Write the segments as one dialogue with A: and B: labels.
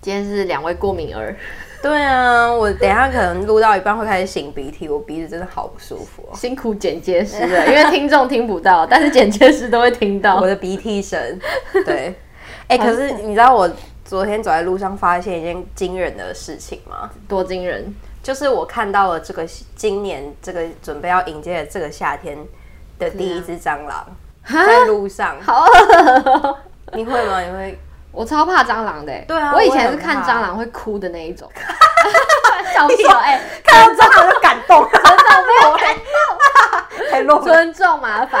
A: 今天是两位过敏儿，
B: 对啊，我等一下可能录到一半会开始擤鼻涕，我鼻子真的好不舒服哦。
A: 辛苦剪接师 了，因为听众听不到，但是剪接师都会听到
B: 我。的鼻涕声。 对，哎、可是你知道我昨天走在路上发现一件惊人的事情吗？
A: 多惊人！
B: 就是我看到了这个今年这个准备要迎接的这个夏天的第一只蟑螂在路上，
A: 好饿哦、
B: 你会吗？你会？
A: 我超怕蟑螂的、欸。
B: 对啊
A: 我以前
B: 我
A: 是
B: 也很怕
A: 看蟑螂会哭的那一种。 笑屁哦！哎、
B: 看到蟑螂就感 动，
A: 尊重没有感
B: 太弱
A: 动，。尊重麻 烦，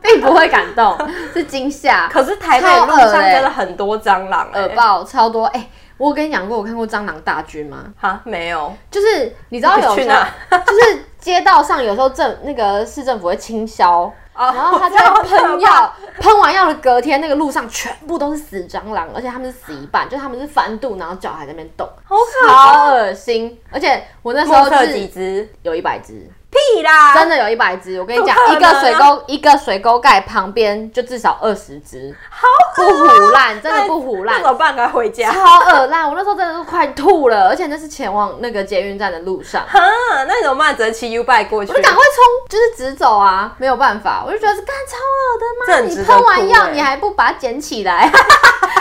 A: 并不会感动，是惊吓、
B: 可是台北路
A: 超恶
B: 上
A: 欸
B: 真的很多蟑螂、欸，
A: 耳爆，超多。哎、我跟你讲过，我看过蟑螂大军吗？
B: 哈，没有，
A: 就是你知道有
B: 去
A: 时候
B: 哪
A: 就是街道上有时候政那个市政府会清消，
B: 哦
A: 然后他就
B: 我
A: 会
B: 知道
A: 喷药，喷完药的隔天那个路上全部都是死蟑螂，而且他们是死一半，就是他们是翻肚，然后脚还在那边动，
B: 好可
A: 好恶心。而且我那时
B: 目
A: 候
B: 测几
A: 是
B: 只？
A: 有一百只，
B: 屁啦！
A: 真的有一百只。我跟你讲
B: 不，
A: 一
B: 啊可能
A: 个
B: 啊
A: 水沟一个水沟盖旁边就至少二十只，好不唬烂，真的不唬
B: 那
A: 烂
B: 怎。么办？啊赶快回家。
A: 超恶烂，我那时候真的是快吐了，而且那是前往那个捷运站的路上，
B: 哈，那你怎么办？只能骑 U bike 过去
A: 我就。赶快冲，就是直走啊，没有办法，我就觉得是干超恶的
B: 这
A: 妈，
B: 很值
A: 你
B: 得
A: 喷完药
B: 哭欸
A: 你还不把它捡起来， 留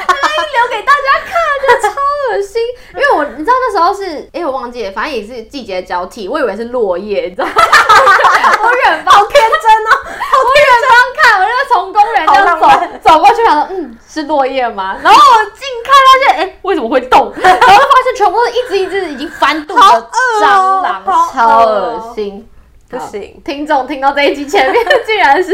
A: 给大家看，就超恶心。因为我你知道那时候是，哎、我忘记了，反正也是季节交替，我以为是落叶，你知道吗？我远 方
B: 好天真哦！
A: 我远方看，我就从公园这样
B: 好浪
A: 走
B: 哦漫
A: 走过去，想说，嗯，是落叶吗？ 然后我近看发现，哎、为什么会动？然后发现全部都是一只一只已经翻肚的
B: 好恶
A: 蟑
B: 哦
A: 螂，
B: 好
A: 超
B: 恶哦
A: 恶心。
B: 不
A: 好
B: 行，
A: 听众听到这一集前面，竟然是。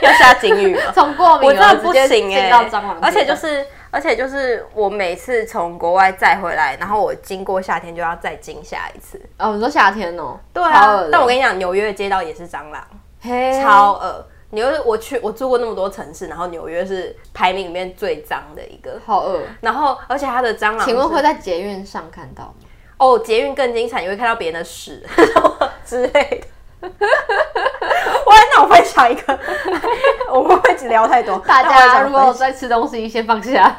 B: 要下警语了
A: 从过敏
B: 我真的
A: 而
B: 不
A: 直接
B: 行
A: 进
B: 哎、
A: 到蟑螂，
B: 而且就。是，而且就是，我每次从国外再回来，然后我经过夏天就要再惊吓一次。
A: 哦，你说夏天哦，超恶
B: 但我跟
A: 你
B: 你讲，纽约的街道也是蟑螂，
A: 嘿
B: 超恶。纽约我去，我住过那么多城市，然后纽约是排名里面最脏的一个。
A: 好恶。
B: 然后，而且它的蟑螂是，
A: 请问会在捷运上看到吗？
B: 哦，捷运更精彩，你会看到别人的屎 之类的。 我那我分享一个，我们会聊太多。
A: 大
B: 那我
A: 家
B: 想
A: 如果
B: 分享
A: 在吃东西，先放下。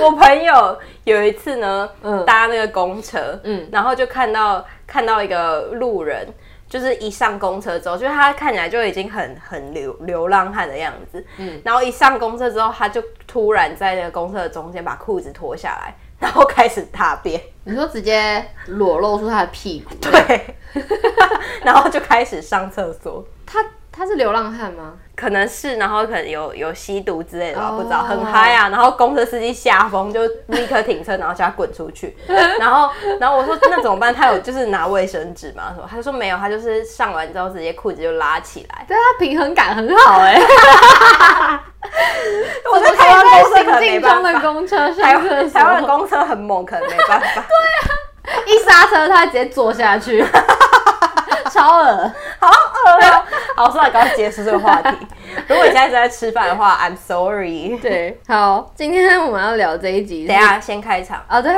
B: 我朋友有一次呢，
A: 嗯
B: 搭那个公车，
A: 嗯
B: 嗯，然后就看到看到一个路人，就是一上公车之后，就是他看起来就已经很很流流浪汉的样子，
A: 嗯
B: 嗯，然后一上公车之后，他就突然在那个公车的中间把裤子脱下来，然后开始大便，
A: 你说直接裸露出他的屁股，
B: 对， 然后就开始上厕所。
A: 他他是流浪汉吗？
B: 可能是，然后可能有有吸毒之类的吧
A: 哦
B: 不知道，很嗨啊。然后公车司机吓疯，就立刻停车，然后叫他滚出去。然后，然后我说那怎么办？他有就是拿卫生纸嘛？什么？他就说没有，他就是上完之后直接裤子就拉起来。
A: 对啊他平衡感很好哎、欸，
B: 我
A: 怎么
B: 在
A: 可
B: 台
A: 以
B: 湾
A: 在
B: 公车可
A: 行
B: 能没
A: 进中的公车上
B: 办法，台
A: 厕
B: 湾台湾的
A: 所？
B: 公车很猛，可能没办法。
A: 一刹车他直接坐下 去，超恶。
B: 好，算了，赶快结束这个话题。如果你现在是在吃饭的话，I'm sorry。
A: 对，好，今天我们要聊这一集是。
B: 等一下先开场。
A: 哦，对。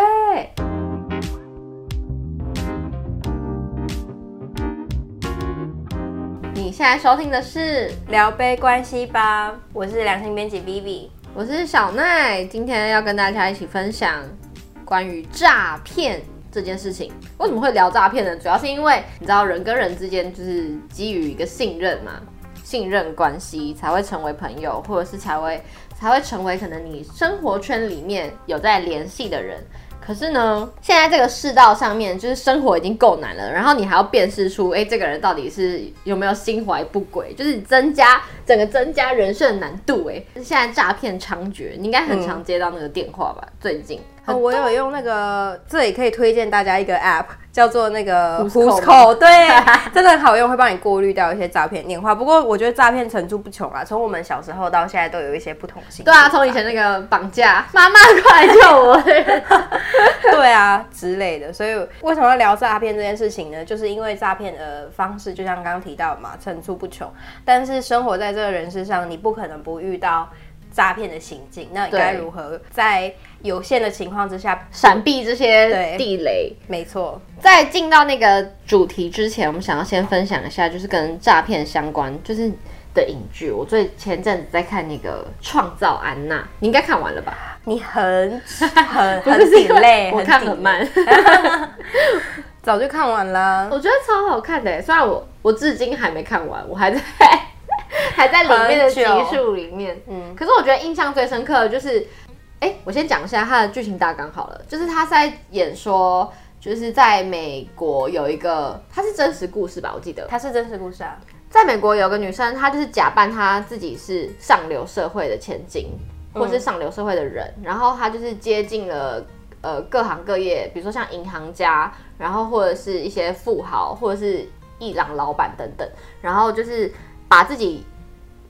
A: 你现在收听的是
B: 聊杯关系吧，我是良心编辑 Vivi。
A: 我是小奈，今天要跟大家一起分享关于诈骗这件事情。为什么会聊诈骗呢？主要是因为你知道人跟人之间就是基于一个信任嘛，信任关系才会成为朋友，或者是才会才会成为可能你生活圈里面有在联系的人。可是呢，现在这个世道上面，就是生活已经够难了，然后你还要辨识出，哎、这个人到底是有没有心怀不轨，就是增加整个增加人生的难度、诶哎，现在诈骗猖獗，你应该很常接到那个电话吧？最近
B: 哦，我有用那个，这里可以推荐大家一个 app，叫做那个
A: Who's
B: Who's
A: Call
B: Call，对， 真的很好用，会帮你过滤掉一些诈骗电话。不过我觉得诈骗层出不穷啊，从我们小时候到现在都有一些不同性。
A: 对啊，从以前那个绑架妈妈快来救我 的人，
B: 对啊之类的。所以为什么要聊诈骗这件事情呢？就是因为诈骗的方式，就像刚刚提到嘛，层出不穷。但是生活在这个人世上，你不可能不遇到诈骗的行径。那你该
A: 对
B: 如何在有限的情况之下？
A: 闪避这些
B: 对
A: 地雷。
B: 没错，
A: 在进到那个主题之前，我们想要先分享一下，就是跟诈骗相关，就是的影剧，我最前阵子在看那个《创造安娜》，你应该看完了吧？
B: 你很很
A: 不
B: 很
A: 是是因
B: 挺
A: 为
B: 累，
A: 我看
B: 顶
A: 很慢
B: 累， 早就看完啦。
A: 我觉得超好看的耶。虽然我我至今还没看完，我还在 还在里面的集
B: 很
A: 数
B: 久
A: 里面。
B: 嗯，
A: 可是我觉得印象最深刻的就是，哎、我先讲一下它的剧情大纲好了，就是他在演说。就是在美国有一个，它是真实故事吧？我记得
B: 它是真实故事啊。
A: 在美国有个女生，她就是假扮她自己是上流社会的千金，或是上流社会的人，然后她就是接近了呃各行各业，比如说像银行家，然后或者是一些富豪，或者是伊朗老板等等，然后就是把自己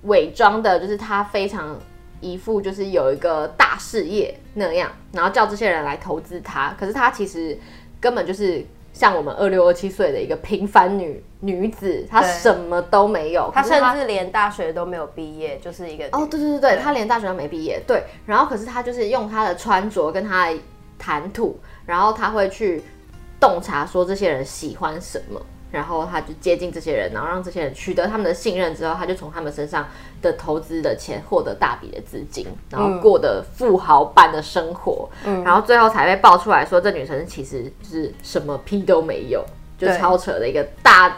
A: 伪装的，就是她非常一副就是有一个大事业那样，然后叫这些人来投资她，可是她其实根本就是。像我们二六二七岁的一个平凡女女子，她
B: 对
A: 什么都没有，
B: 他
A: 可是
B: 甚至连大学都没有毕业，就是一个
A: 哦，对对对对，他连大学都没毕业，对。然后可是他就是用他的穿着跟他的谈吐，然后他会去洞察说这些人喜欢什么，然后他就接近这些人，然后让这些人取得他们的信任之后，他就从他们身上的投资的钱获得大笔的资金，然后过得富豪般的生活，然后最后才被爆出来说这女生其实就是什么屁都没有，就
B: 对
A: 超扯的一个大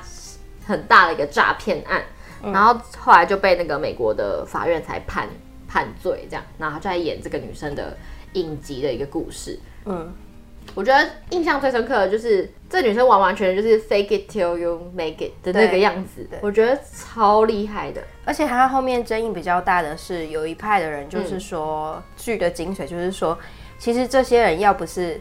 A: 很大的一个诈骗案。
B: 嗯
A: 然后后来就被那个美国的法院才判判罪，这样，然后他就在演这个女生的影集的一个故事。
B: 嗯，
A: 我觉得印象最深刻的就是这女生完完全全就是 fake it till you make it 的那个
B: 对
A: 样子，我觉得超厉害的。
B: 而且他后面争议比较大的是，有一派的人
A: 嗯
B: 就是说，剧的精髓就是说，其实这些人要不是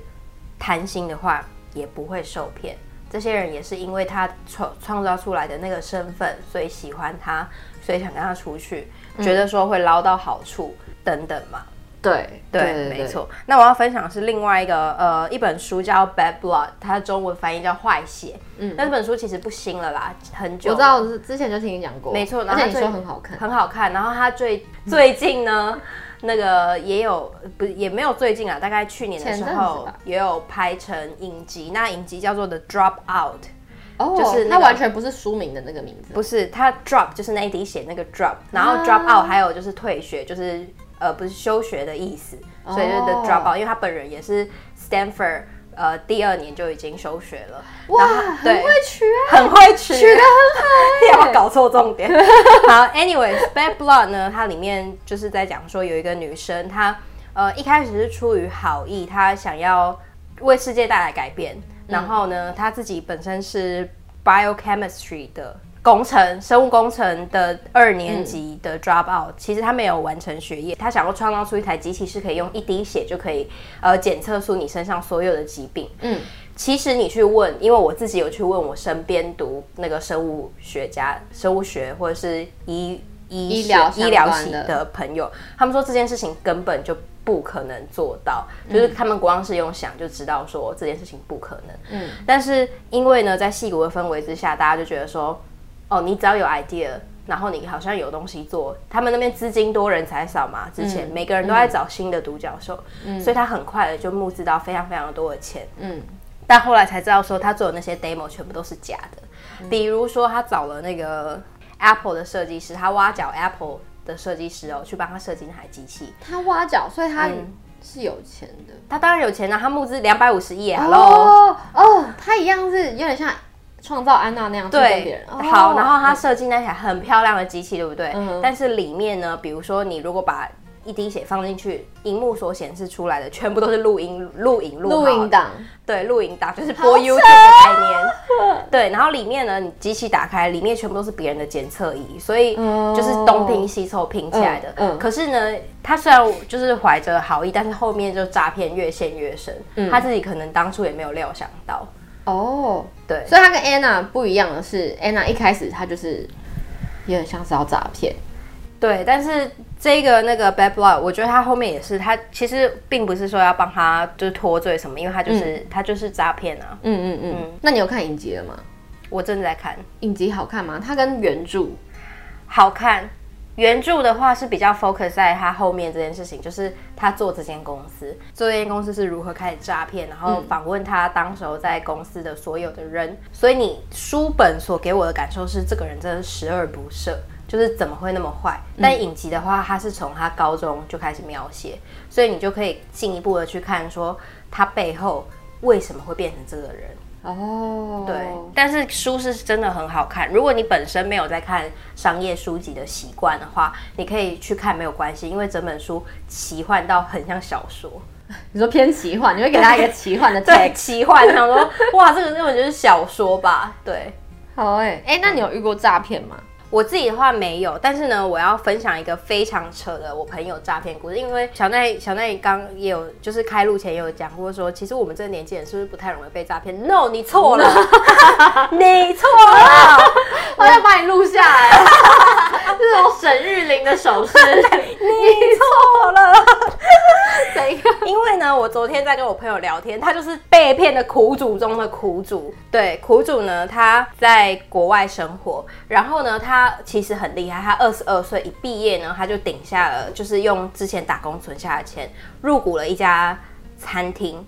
B: 贪心的话，也不会受骗。这些人也是因为他创创造出来的那个身份，所以喜欢他，所以想跟他出去，
A: 嗯
B: 觉得说会捞到好处等等嘛。
A: 对
B: 对，没。错。那我要分享的是另外一个呃一本书叫《Bad Blood》，它的中文翻译叫《坏血》。嗯，那这本书其实不新了啦，很久
A: 我
B: 了。
A: 知道，我之前就听你讲过，
B: 没错，然
A: 而
B: 后
A: 且
B: 它
A: 你
B: 最
A: 说很好看，
B: 很好看。然后它最最近呢， 那个也有不也没有最近啊，大概去年的
A: 前
B: 时
A: 阵子
B: 候
A: 吧
B: 也有拍成影集，那影集叫做《The Drop Out》。
A: 哦，
B: 就是那
A: 那
B: 个
A: 完全不是书名的那个名字，
B: 不是，它 drop 就是那一滴血那个 drop，然
A: 啊
B: 后 drop out 还有就是退学，就是呃不是休学的意思，所以就是 the
A: 哦
B: drop out，因为他本人也是 Stanford 呃第二年就已经休学了，
A: 哇，
B: 然后
A: 很
B: 对
A: 会，取啊，
B: 很会取，
A: 取的很好。
B: 要不要搞错重点？好，anyways，《Bad Blood》呢，它里面就是在讲说有一个女生，她呃一开始是出于好意，她想要为世界带来改变，然后呢，她自己本身是 biochemistry 的。工程生物工程的二年级的 drop out，、其实她没有完成学业，她想要创造出一台机器，是可以用一滴血就可以呃检测出你身上所有的疾病。
A: 嗯，
B: 其实你去问，因为我自己有去问我身边读那个生物学家、生物学或者是医医
A: 医疗
B: 医
A: 相
B: 疗
A: 关
B: 系
A: 的
B: 的朋友，他们说这件事情根本就不可能做到，就是
A: 嗯
B: 他们光是用想就知道说这件事情不可能。嗯，但是因为呢，在戏骨的氛围之下，大家就觉得说，哦，你只要有 idea。然后你好像有东西做，他们那边资金多人才少嘛，之
A: 嗯
B: 前、每个人都在找新的独角兽，所以他很快的就募资到非常非常多的钱，但后来才知道说他做的那些 demo 全部都是假的。
A: 嗯
B: 比如说他找了那个 Apple 的设计师，他挖角 Apple 的设计师哦，去帮他设计那台机器。
A: 他挖角，所以他
B: 嗯
A: 是有钱的。
B: 他当然有钱啦、啊他募资两百五十亿，hello。
A: 哦哦，他一样是有点像创造安娜那样去跟别
B: 对
A: 人。，
B: 好，
A: 哦
B: 然后他设计那台很漂亮的机器，对不对？
A: 嗯
B: 但是里面呢，比如说你如果把一滴血放进去，荧幕所显示出来的全部都是录音、录影、录
A: 录
B: 好
A: 影
B: 的
A: 档，
B: 对，录影档就是
A: 啊
B: 播 YouTube 的概念。对，然后里面呢，你机器打开，里面全部都是别人的检测仪，所以
A: 哦
B: 就是东拼西凑拼起来的。
A: 嗯嗯
B: 可是呢，他虽然就是怀着好意，但是后面就诈骗越陷越深，
A: 嗯
B: 他自己可能当初也没有料想到。
A: 哦，
B: 对
A: 所以他跟 Anna 不一样的是，Anna 一开始他就是也很像是要诈骗，
B: 对，但是这个那个 Bad Blood，我觉得他后面也是，他其实并不是说要帮他就是脱罪什么，因为他就是、
A: 嗯
B: 他就是诈骗啊。
A: 嗯嗯嗯。那你有看影集了吗？
B: 我正在看，
A: 影集好看吗？它跟原著
B: 好看。原著的话是比较 focus 在他后面这件事情，就是他做这间公司，做这间公司是如何开始诈骗，然后访问他当时候在公司的所有的人。所以你书本所给我的感受是，这个人真的是十恶不赦，就是怎么会那么坏？但影集的话，它是从他高中就开始描写，所以你就可以进一步的去看说他背后为什么会变成这个人。
A: 哦，
B: 对，但是书是真的很好看。如果你本身没有在看商业书籍的习惯的话，你可以去看没有关系，因为整本书奇幻到很像小说。
A: 你说偏奇幻，你会给他一个奇 幻的
B: 对，
A: text。
B: 奇幻，想说 哇，这个根本就是小说吧？对
A: 好哎、哎、那你有遇过诈骗吗？
B: 我自己的话没有，但是呢，我要分享一个非常扯的我朋友诈骗故事，因为小奈小奈刚也有就是开录前也有讲过说，其实我们这个年纪人是不是不太容易被诈骗？No，你错 了，你错了。
A: 我要把你录下 来，这种沈玉玲的手 势，
B: 你错了，
A: 谁看？
B: 因为呢，我昨天在跟我朋友聊天，他就是被骗的苦主中的苦主。对，苦主呢，他在国外生活，然后呢，他其实很厉害，他二十二岁一毕业呢，他就顶下了，就是用之前打工存下的钱，入股了一家餐厅，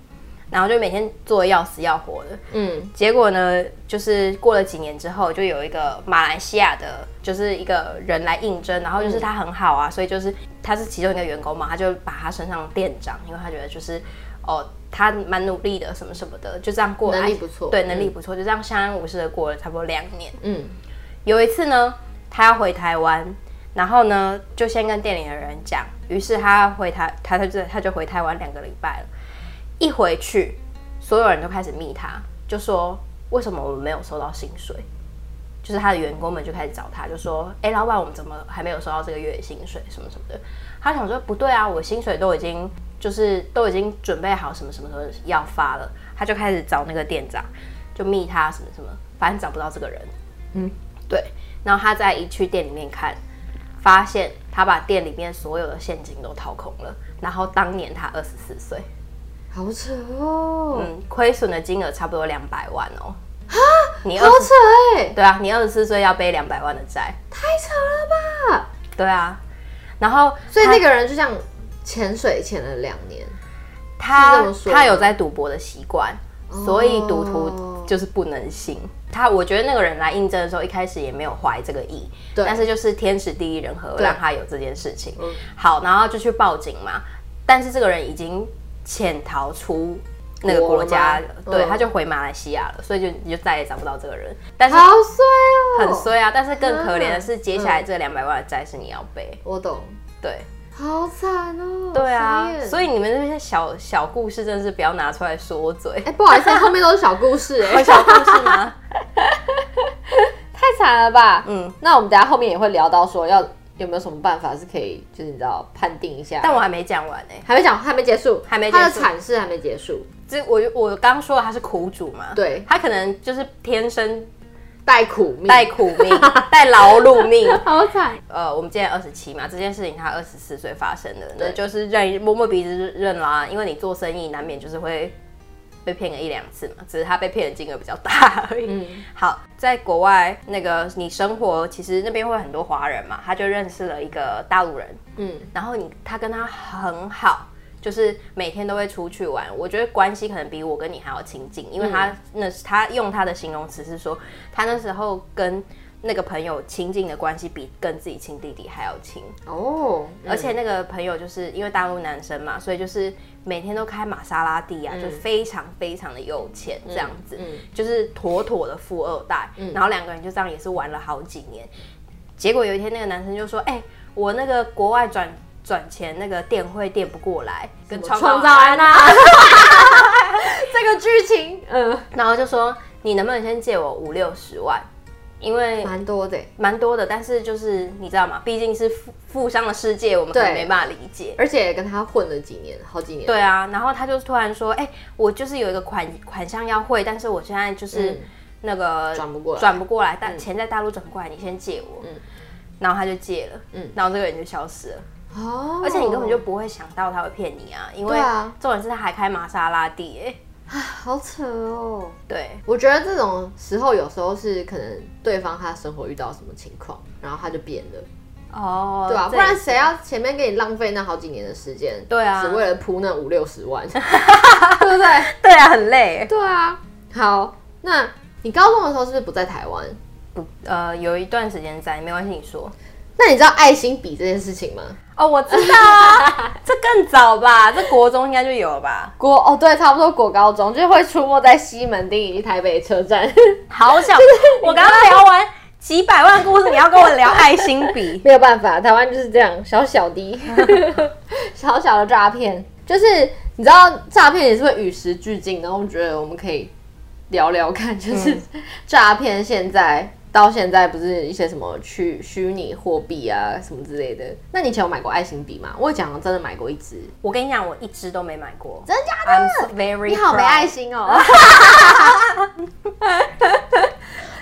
B: 然后就每天做得要死要活的。
A: 嗯，
B: 结果呢，就是过了几年之后，就有一个马来西亚的，就是一个人来应征，然后就是他很好啊，所以就是他是其中一个员工嘛，他就把他身上店长，因为他觉得就是哦，他蛮努力的，什么什么的，就这样过来，
A: 能力不错
B: 对，
A: 嗯
B: 能力不错，就这样相安无事的过了差不多两年。
A: 嗯，
B: 有一次呢，他要回台湾，然后呢就先跟店里的人讲，于是他回台，他他就他就回台湾两个礼拜了。一回去，所有人都开始密他，就说为什么我们没有收到薪水？就是他的员工们就开始找他，就说：“哎、老板，我们怎么还没有收到这个月的薪水？什么什么的。”他想说：“不对啊，我薪水都已经就是都已经准备好，什么什么时候要发了。”他就开始找那个店长，就密他什么什么，反正找不到这个人。对，然后他再一去店里面看，发现他把店里面所有的现金都掏空了。然后当年他二十四岁，
A: 好扯哦，
B: 嗯，亏损的金额差不多两百万哦。你
A: 啊好
B: 二
A: 扯哎、
B: 对啊，你二十四岁要背两百万的债，
A: 太扯了吧！
B: 对啊。然后
A: 所以那个人就像潜水潜了两年，是
B: 他
A: 这么说吗
B: 他有在赌博的习惯，所以赌
A: 哦
B: 徒就是不能信。他我觉得那个人来应征的时候，一开始也没有怀这个意，
A: 对
B: 但是就是天时地利人和
A: 对
B: 让他有这件事情
A: 嗯。
B: 好，然后就去报警嘛，但是这个人已经潜逃出。那个
A: 国了
B: 国家
A: 吗
B: 了，对，
A: 嗯
B: 他就回马来西亚了，所以就你就再也找不到这个人。但是
A: 好衰哦，
B: 很。衰啊！但是更可怜的是，
A: 嗯
B: 接下来这两百万的债是你要背。
A: 我懂，
B: 对
A: 好惨哦。
B: 对啊，
A: 以
B: 所以你们那些小小故事真的是不要拿出来 说嘴。
A: 哎、不好意思，后面都是小故事 哎、
B: 有小故事吗？
A: 太惨了吧？
B: 嗯，
A: 那我们等一下后面也会聊到说要有没有什么办法是可以，就是你知道判定一下。
B: 但我还没讲完呢、
A: 还没讲，还没结束，
B: 还没结束
A: 他的惨事还没结束，
B: 这我我刚说了他是苦主嘛，
A: 对
B: 他可能就是天生
A: 带苦命，
B: 带苦命，带劳碌命。
A: 好惨。
B: 呃，我们今年二十七嘛，这件事情他二十四岁发生的，
A: 对
B: 那就是认摸摸鼻子认啦、因为你做生意难免就是会被骗个一两次嘛，只是他被骗的金额比较大 而已。
A: 嗯
B: 好，在国外那个你生活，其实那边会很多华人嘛，他就认识了一个大陆人，
A: 嗯，
B: 然后你他跟他很好，就是每天都会出去玩。我觉得关系可能比我跟你还要亲近，因为他、那他用他的形容词是说，他那时候跟那个朋友亲近的关系比跟自己亲弟弟还要亲。
A: 哦，
B: 而且那个朋友就是因为大陆男生嘛，所以就是每天都开玛莎拉蒂啊，就非常非常的有钱这样子，
A: 嗯
B: 就是妥妥的富二代。然后两个人就这样也是玩了好几年，结果有一天那个男生就说：“哎、我那个国外转转钱那个电汇垫不过来，跟
A: 创
B: 创
A: 造
B: 造安
A: 安娜， 这个剧情，嗯，
B: 然后就说：“你能不能先借我五六十万？因为
A: 蛮多的欸，
B: 蛮多的，但是就是你知道吗？毕竟是富富商的世界，我们可能
A: 对
B: 没办法理解。”
A: 而且也跟他混了几年，好几年。
B: 对啊，然后他就突然说：“哎、我就是有一个款款项要汇，但是我现在就是
A: 嗯
B: 那个
A: 转不过来
B: 转不过来，但钱在大陆转不过来，你先借我。”
A: 嗯
B: 然后他就借了，嗯，然后这个人就消失了，
A: 哦，
B: 而且你根本就不会想到他会骗你啊，因为
A: 对啊
B: 重点是他还开玛莎拉蒂、哎，
A: 好扯哦。
B: 对，
A: 我觉得这种时候有时候是可能对方他生活遇到什么情况，然后他就变了，
B: 哦，
A: 对吧、啊不
B: 这
A: 然
B: 也是
A: 谁要前面给你浪费那好几年的时间？
B: 对啊
A: 只为了铺那五六十 万，对不对？
B: 对啊，很累，
A: 对啊。好，那你高中的时候是不是不在台湾？
B: 不，呃，有一段时间在，没关系，你说，
A: 那你知道爱心笔这件事情吗？
B: 哦，我知道啊， 这更早吧，这国中应该就有了吧。
A: 国哦，对，差不多国高中就是会出没在西门町以及台北车站，
B: 好想，我刚刚聊完 几百万故事，你要跟我聊爱心笔，
A: 没有办法，台湾就是这样，小小的，小小的诈骗，就是你知道诈骗也是会与时俱进，然后我觉得我们可以聊聊看， 就是诈骗现在。到现在不是一些什么虚虚拟货币啊什么之类的？那你以前有买过爱心笔吗？我讲我真的买过一支，
B: 我跟你讲，我一支都没买过。
A: 真假
B: I'm so very
A: 你好没
B: proud
A: 爱心 哦！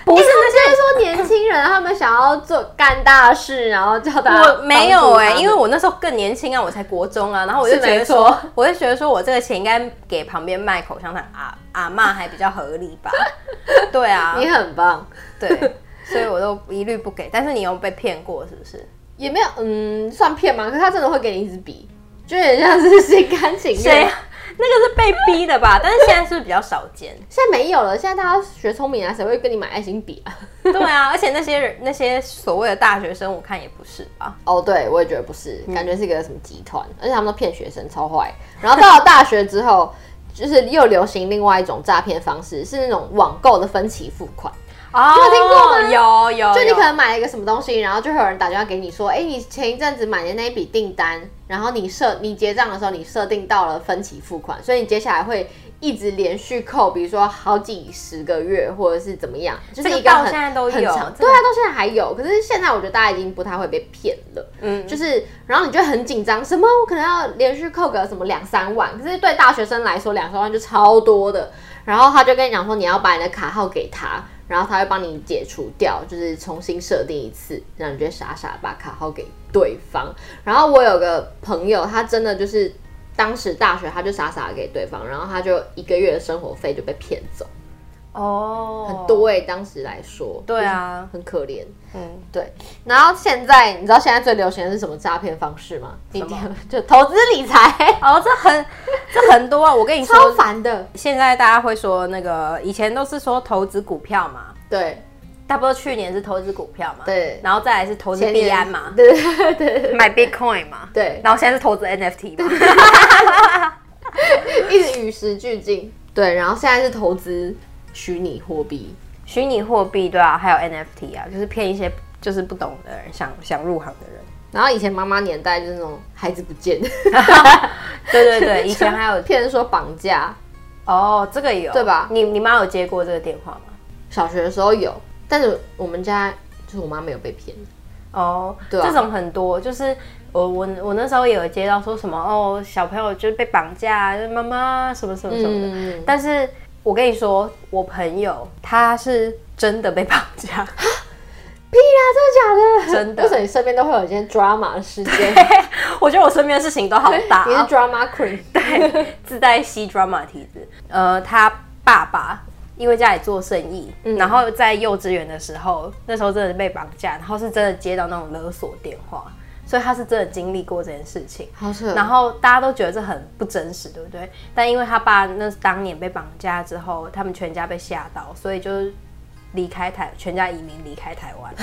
B: 不
A: 不
B: 是
A: 是
B: 那些。
A: 那些说年轻人他们想要做干大事，然后叫大家
B: 我没有哎、
A: 哎、
B: 因为我那时候更年轻啊，我才国中啊，然后我就是觉
A: 没
B: 得
A: 错
B: 说，我就觉得说我这个钱应该给旁边卖口香糖阿阿妈还比较合理 吧？对啊，
A: 你很棒，
B: 对，所以我都一律不给。但是你有被骗过是不是？
A: 也没有嗯算骗吗？可是他真的会给你一支笔，就有点像是心甘情
B: 谁
A: 愿。？
B: 那个是被逼的 吧？但是现在是不是比较少见？
A: 现在没有了，现在大家学聪明啊，谁会跟你买爱心笔啊？
B: 对啊，而且那些人那些所谓的大学生，我看也不是吧？
A: 哦，对，我也觉得不是，感觉是一个什么集团，而且他们都骗学生，超坏。然后到了大学之后，就是又流行另外一种诈骗方式，是那种网购的分期付款。
B: 哦，
A: 有听过吗
B: 有有，
A: 就你
B: 有
A: 可能买了一个什么东西，然后就会有人打电话给你说，哎、你前一阵子买的那一笔订单，然后你设你结账的时候，你设定到了分期付款，所以你接下来会一直连续扣，比如说好几十个月或者是怎么样，就是一
B: 这个到
A: 很
B: 现在都
A: 很
B: 有
A: 长
B: 这
A: 对
B: 个
A: 啊，到现在还有。可是现在我觉得大家已经不太会被骗了，
B: 嗯
A: 嗯，就是然后你就很紧张，什么我可能要连续扣个什么两三万，可是对大学生来说两三万就超多的，然后他就跟你讲说，你要把你的卡号给他，然后他会帮你解除掉，就是重新设定一次，然后你就傻傻把卡号给对方。然后我有个朋友，他真的就是当时大学他就傻傻地给对方，然后他就一个月的生活费就被骗走，
B: 哦，
A: 很多哎、当时来说，
B: 对啊，
A: 很可怜。
B: 嗯，
A: 对，然后现在你知道现在最流行的是什么诈骗方式吗？你
B: 什么
A: 就投资理 财，
B: 哦，这很这很多啊！我跟你说，
A: 超烦的。
B: 现在大家会说那个，以前都是说投资股票嘛，
A: 对
B: 差不多去年是投资股票嘛，，
A: 对，
B: 然后再来是投资
A: 前
B: 币
A: 年
B: 安 嘛，
A: 对对对对
B: 买 Bitcoin 嘛，
A: 对。
B: 然后现在是投资 NFT 嘛，
A: 一直与时俱进。对，然后现在是投资虚拟货币，
B: 虚拟货币对啊，还有 NFT 啊，就是骗一些就是不懂的人，想想入行的人。
A: 然后以前妈妈年代就是那种孩子不见，
B: 对对对，以前还有
A: 骗人说绑架，
B: 哦，这个有
A: 对吧
B: 你你妈有接过这个电话吗？
A: 小学的时候有，但是我们家就是我妈没有被骗，
B: 哦，
A: 对啊
B: 这种很多，就是我我我那时候也有接到说什么哦，小朋友就是被绑架，就是妈妈什么什么什么的。
A: 嗯，
B: 但是我跟你说，我朋友他是真的被绑架，
A: 屁啦，真的假的？
B: 真的
A: 为什么你身边都会有一件 drama 的事件？
B: 我觉得我身边的事情都好 大、
A: 你是
B: 哦，
A: drama queen，
B: 对，自带吸 drama 体质。呃，他爸爸。因为家里做生意，
A: 嗯
B: 然后在幼稚园的时候，那时候真的被绑架，然后是真的接到那种勒索电话，所以他是真的经历过这件事情。
A: 好扯。
B: 然后大家都觉得这很不真实，对不对？但因为他爸那当年被绑架之后，他们全家被吓到，所以就是离开台，全家移民离开台湾，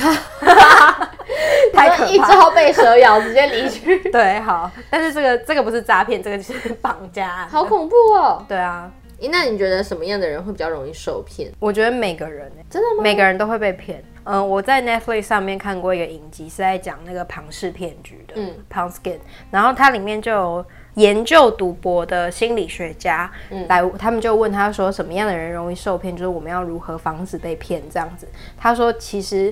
B: 太可
A: 一
B: 怕了。
A: 朝被蛇咬，直接离去，
B: 对，好，但是这个这个不是诈骗，这个就是绑架 案。
A: 好恐怖哦！
B: 对啊，
A: 诶那你觉得什么样的人会比较容易受骗？
B: 我觉得每个人、欸
A: 真的吗？
B: 每个人都会被骗。嗯，我在 Netflix 上面看过一个影集，是在讲那个庞氏骗局的，嗯
A: 嗯
B: ，Pound Skin，然后它里面就有研究赌博的心理学家、
A: 嗯
B: 来，他们就问他说，什么样的人容易受骗？就是我们要如何防止被骗这样子。他说，其实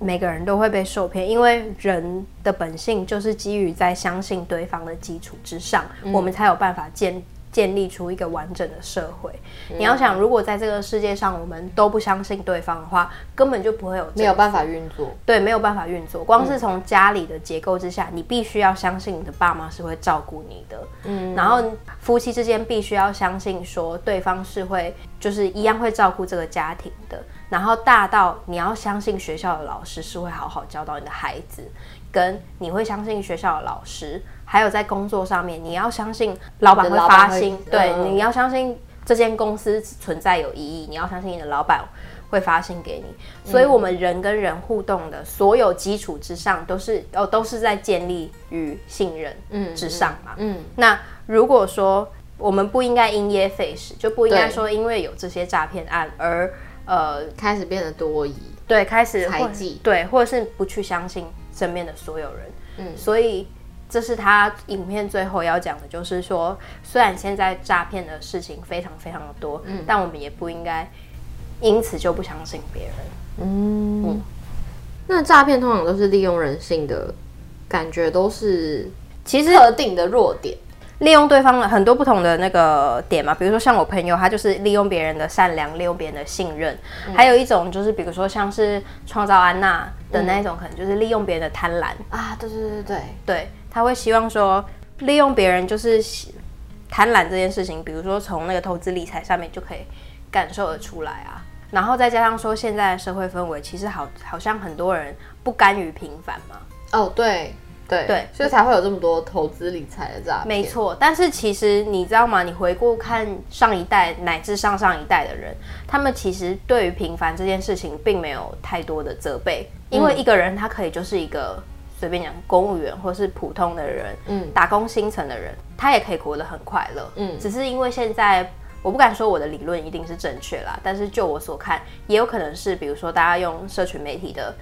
B: 每个人都会被受骗，因为人的本性就是基于在相信对方的基础之上，
A: 嗯
B: 我们才有办法建建立出一个完整的社会。你要想，如果在这个世界上我们都不相信对方的话，根本就不会有
A: 没有嗯办法运作，
B: 对，没有办法运作。光是从家里的结构之下，你必须要相信你的爸妈是会照顾你的，嗯，然后夫妻之间必须要相信说对方是会，就是一样会照顾这个家庭的。然后大到你要相信学校的老师是会好好教导你的孩子，跟你会相信学校的老师，还有在工作上面，你要相信老板
A: 你
B: 会
A: 的老板
B: 发
A: 会
B: 薪，对，
A: 嗯
B: 你要相信这间公司存在有意义，你要相信你的老板会发信给你。所以，我们人跟人互动的所有基础之上，都是哦，都是在建立于信任
A: 嗯
B: 之上嘛。
A: 嗯，
B: 那如果说我们不应该因噎废食，就不应该
A: 对
B: 说因为有这些诈骗案而呃
A: 开始变得多疑。
B: 对，开始
A: 猜
B: 会
A: 忌
B: 对，或者是不去相信身边的所有人。
A: 嗯
B: 嗯，所以这是他影片最后要讲的，就是说，虽然现在诈骗的事情非常非常的多，
A: 嗯
B: 但我们也不应该因此就不相信别人。
A: 嗯，那诈骗通常都是利用人性的感觉，都是
B: 其实
A: 特定的弱点。
B: 利用对方的很多不同的那个点嘛，比如说像我朋友，他就是利用别人的善良，利用别人的信任；
A: 嗯
B: 还有一种就是比如说像是创造安娜
A: 嗯
B: 的那一种，可能就是利用别人的贪婪。
A: 啊，对对对对对，
B: 对，他会希望说利用别人就是喜贪婪这件事情，比如说从那个投资理财上面就可以感受得出来啊。然后再加上说现在的社会氛围，其实好好像很多人不甘于平凡嘛。
A: 哦对对
B: 对
A: 所以才会有这么多投资理财的诈骗。
B: 没，错，但是其实你知道吗？你回顾看上一代乃至上上一代的人，他们其实对于平凡这件事情并没有太多的责备，因为一个人他可以就是一个随便讲公务员或是普通的人，
A: 嗯
B: 打工薪层的人，他也可以活得很快乐。
A: 嗯
B: 嗯，只是因为现在我不敢说我的理论一定是正确啦，但是就我所看，也有可能是比如说大家用社群媒体的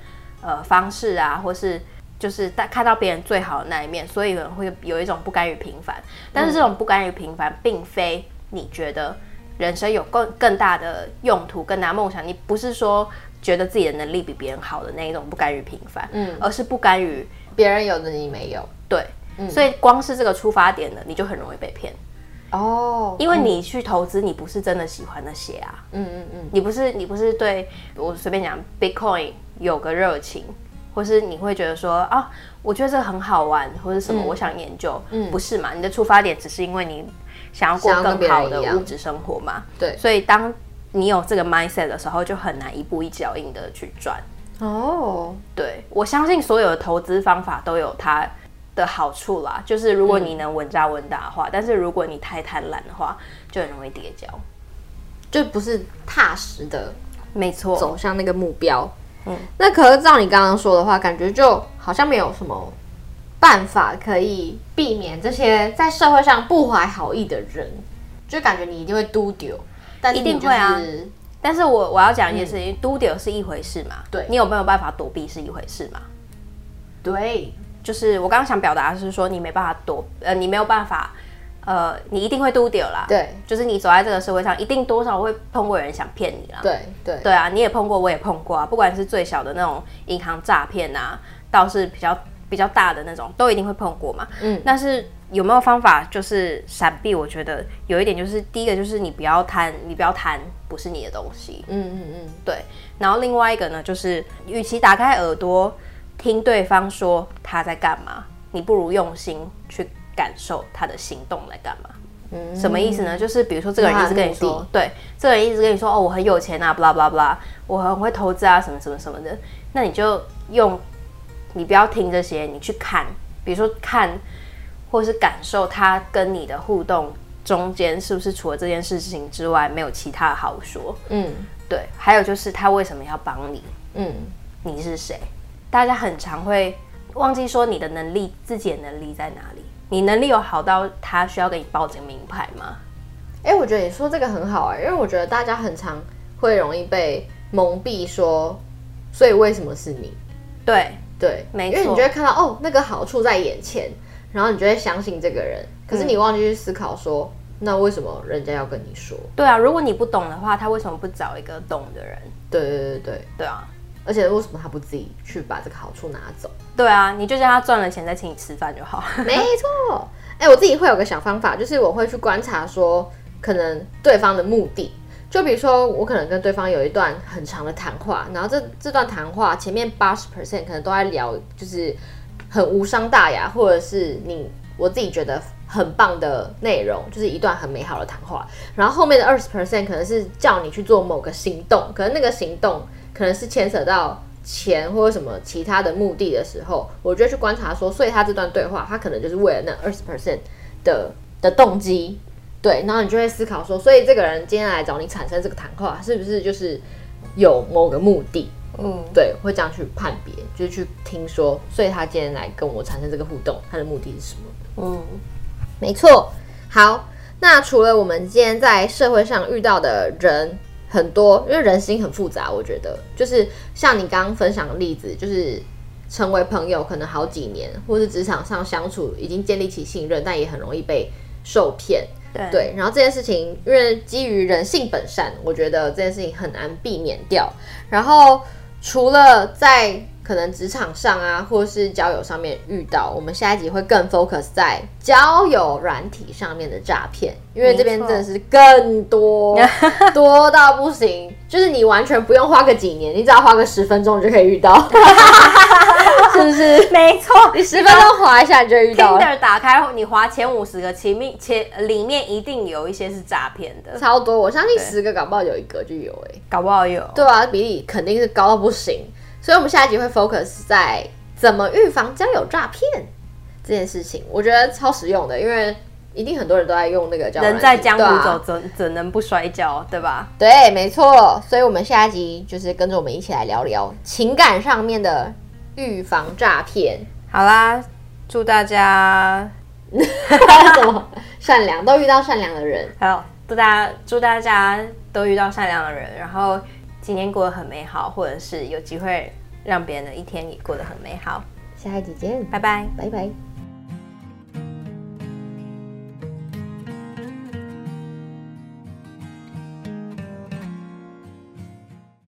B: 呃方式啊，或是就是大看到别人最好的那一面，所以有人会有一种不甘于平凡。但是这种不甘于平凡，并非你觉得人生有更更大的用途、更大的梦想，你不是说觉得自己的能力比别人好的那一种不甘于平凡，
A: 嗯
B: 嗯，而是不甘于
A: 别人有的你没有。
B: 对，所以光是这个出发点呢，你就很容易被骗，
A: 哦，
B: 因为你去投资，你不是真的喜欢那些啊，
A: 嗯嗯嗯，
B: 你不是你不是对我随便讲 Bitcoin 有个热情，或是你会觉得说啊，我觉得这个很好玩，或是什么，我想研究，不是嘛？你的出发点只是因为你想要过
A: 想要跟别
B: 更
A: 人
B: 好的
A: 一样
B: 物质生活嘛，
A: 对
B: 所以当你有这个 mindset 的时候，就很难一步一脚印的去赚。
A: 哦，
B: 对我相信所有的投资方法都有它的好处啦，就是如果你能稳扎稳打的话，但是如果你太贪婪的话，就很容易跌跤。
A: 就不是踏实的
B: 没错，
A: 走向那个目标。嗯，那可是照你刚刚说的话，感觉就好像没有什么办法可以避免这些在社会上不怀好意的人，就感觉你一定会嘟丢，但是
B: 一定
A: 你就
B: 会啊
A: 是
B: 但是我我要讲一件事情，丢丢是一回事嘛，
A: 嗯对
B: 你有没有办法躲避是一回事嘛？
A: 对，
B: 就是我刚刚想表达的是说，你没办法躲，呃，你没有办法，呃，你一定会丢丢啦。
A: 对，
B: 就是你走在这个社会上，一定多少会碰过有人想骗你啦。
A: 对，对，
B: 对啊，你也碰过，我也碰过啊。不管是最小的那种银行诈骗啊，倒是比较比较大的那种，都一定会碰过嘛。
A: 嗯
B: 嗯，但是有没有方法就是闪避？我觉得有一点就是，第一个就是你不要贪，你不要贪不是你的东西。
A: 嗯嗯嗯，
B: 对，然后另外一个呢，就是与其打开耳朵听对方说他在干嘛，你不如用心去感受他的行动在干嘛。
A: 嗯
B: 什么意思呢？就是比如说这个人一直跟你
A: 他的目
B: 说
A: 的，
B: 对，这个人一直跟你说哦，我很有钱啊，blah blah blah，我很会投资啊，什么什么什么的，那你就用，你不要听这些，你去看，比如说看，或是感受他跟你的互动中间是不是除了这件事情之外没有其他好说，
A: 嗯
B: 对，还有就是他为什么要帮你，
A: 嗯，
B: 你是谁？大家很常会忘记说你的能力，自己的能力在哪里？你能力有好到他需要给你报这个名牌吗？
A: 哎、我觉得你说这个很好哎、因为我觉得大家很常会容易被蒙蔽说，所以为什么是你？
B: 对，
A: 对，
B: 没
A: 因为你
B: 错
A: 就会看到哦，那个好处在眼前，然后你就会相信这个人，可是
B: 嗯
A: 你忘记去思考说，那为什么人家要跟你说？
B: 对啊，如果你不懂的话，他为什么不找一个懂的人？
A: 对对对对，
B: 对啊，
A: 而且为什么他不自己去把这个好处拿 走？
B: 对啊，你就叫他赚了钱再请你吃饭就好。
A: 没错，哎、我自己会有个小方法，就是我会去观察说，可能对方的目的。就比如说，我可能跟对方有一段很长的谈话，然后这这段谈话前面八十 percent 可能都在聊，就是很无伤大雅，或者是你我自己觉得很棒的内容，就是一段很美好的谈话。然后后面的二十 percent 可能是叫你去做某个行动，可能那个行动可能是牵扯到钱或者什么其他的目的的时候，我就会去观察说，所以他这段对话，他可能就是为了那二十 percent 的的动机，对，然后你就会思考说，所以这个人今天来找你产生这个谈话，是不是就是有某个目的，
B: 嗯，
A: 对，会这样去判别，就是去听说，所以他今天来跟我产生这个互动，他的目的是什么？
B: 嗯，
A: 没错。好，那除了我们今天在社会上遇到的人很多，因为人心很复杂，我觉得就是像你刚刚分享的例子，就是成为朋友可能好几年，或是职场上相处已经建立起信任，但也很容易被受骗。
B: 对
A: 对，然后这件事情，因为基于人性本善，我觉得这件事情很难避免掉。然后除了在可能职场上啊，或是交友上面遇到，我们下一集会更 focus 在交友软体上面的诈骗，因为这边
B: 没
A: 真
B: 错
A: 的是更多多到不行，就是你完全不用花个几年，你只要花个十分钟你就可以遇到，是不是？
B: 没错。
A: 你十分钟滑一下你就遇到了，
B: Tinder 打开后，你划前五十个，前面前里面一定有一些是诈骗的，
A: 超多，我相信十个搞不好有一个就有哎、欸
B: 搞不好有。
A: 对啊，比例肯定是高到不行。所以我们下一集会 focus 在怎么预防交友诈骗这件事情，我觉得超实用的，因为一定很多人都在用那个叫
B: 人在江湖
A: 对
B: 走，
A: 啊
B: 怎怎能不摔跤，对吧？
A: 对，没错。所以我们下一集就是跟着我们一起来聊聊情感上面的预防诈骗，
B: 好啦，祝大家，
A: 什么善良都遇到善良的人，
B: 还有祝大家，祝大家都遇到善良的人，然后今天过得很美好，或者是有机会让别人的一天也过得很美好。
A: 下一集见，
B: 拜拜。
A: 拜拜。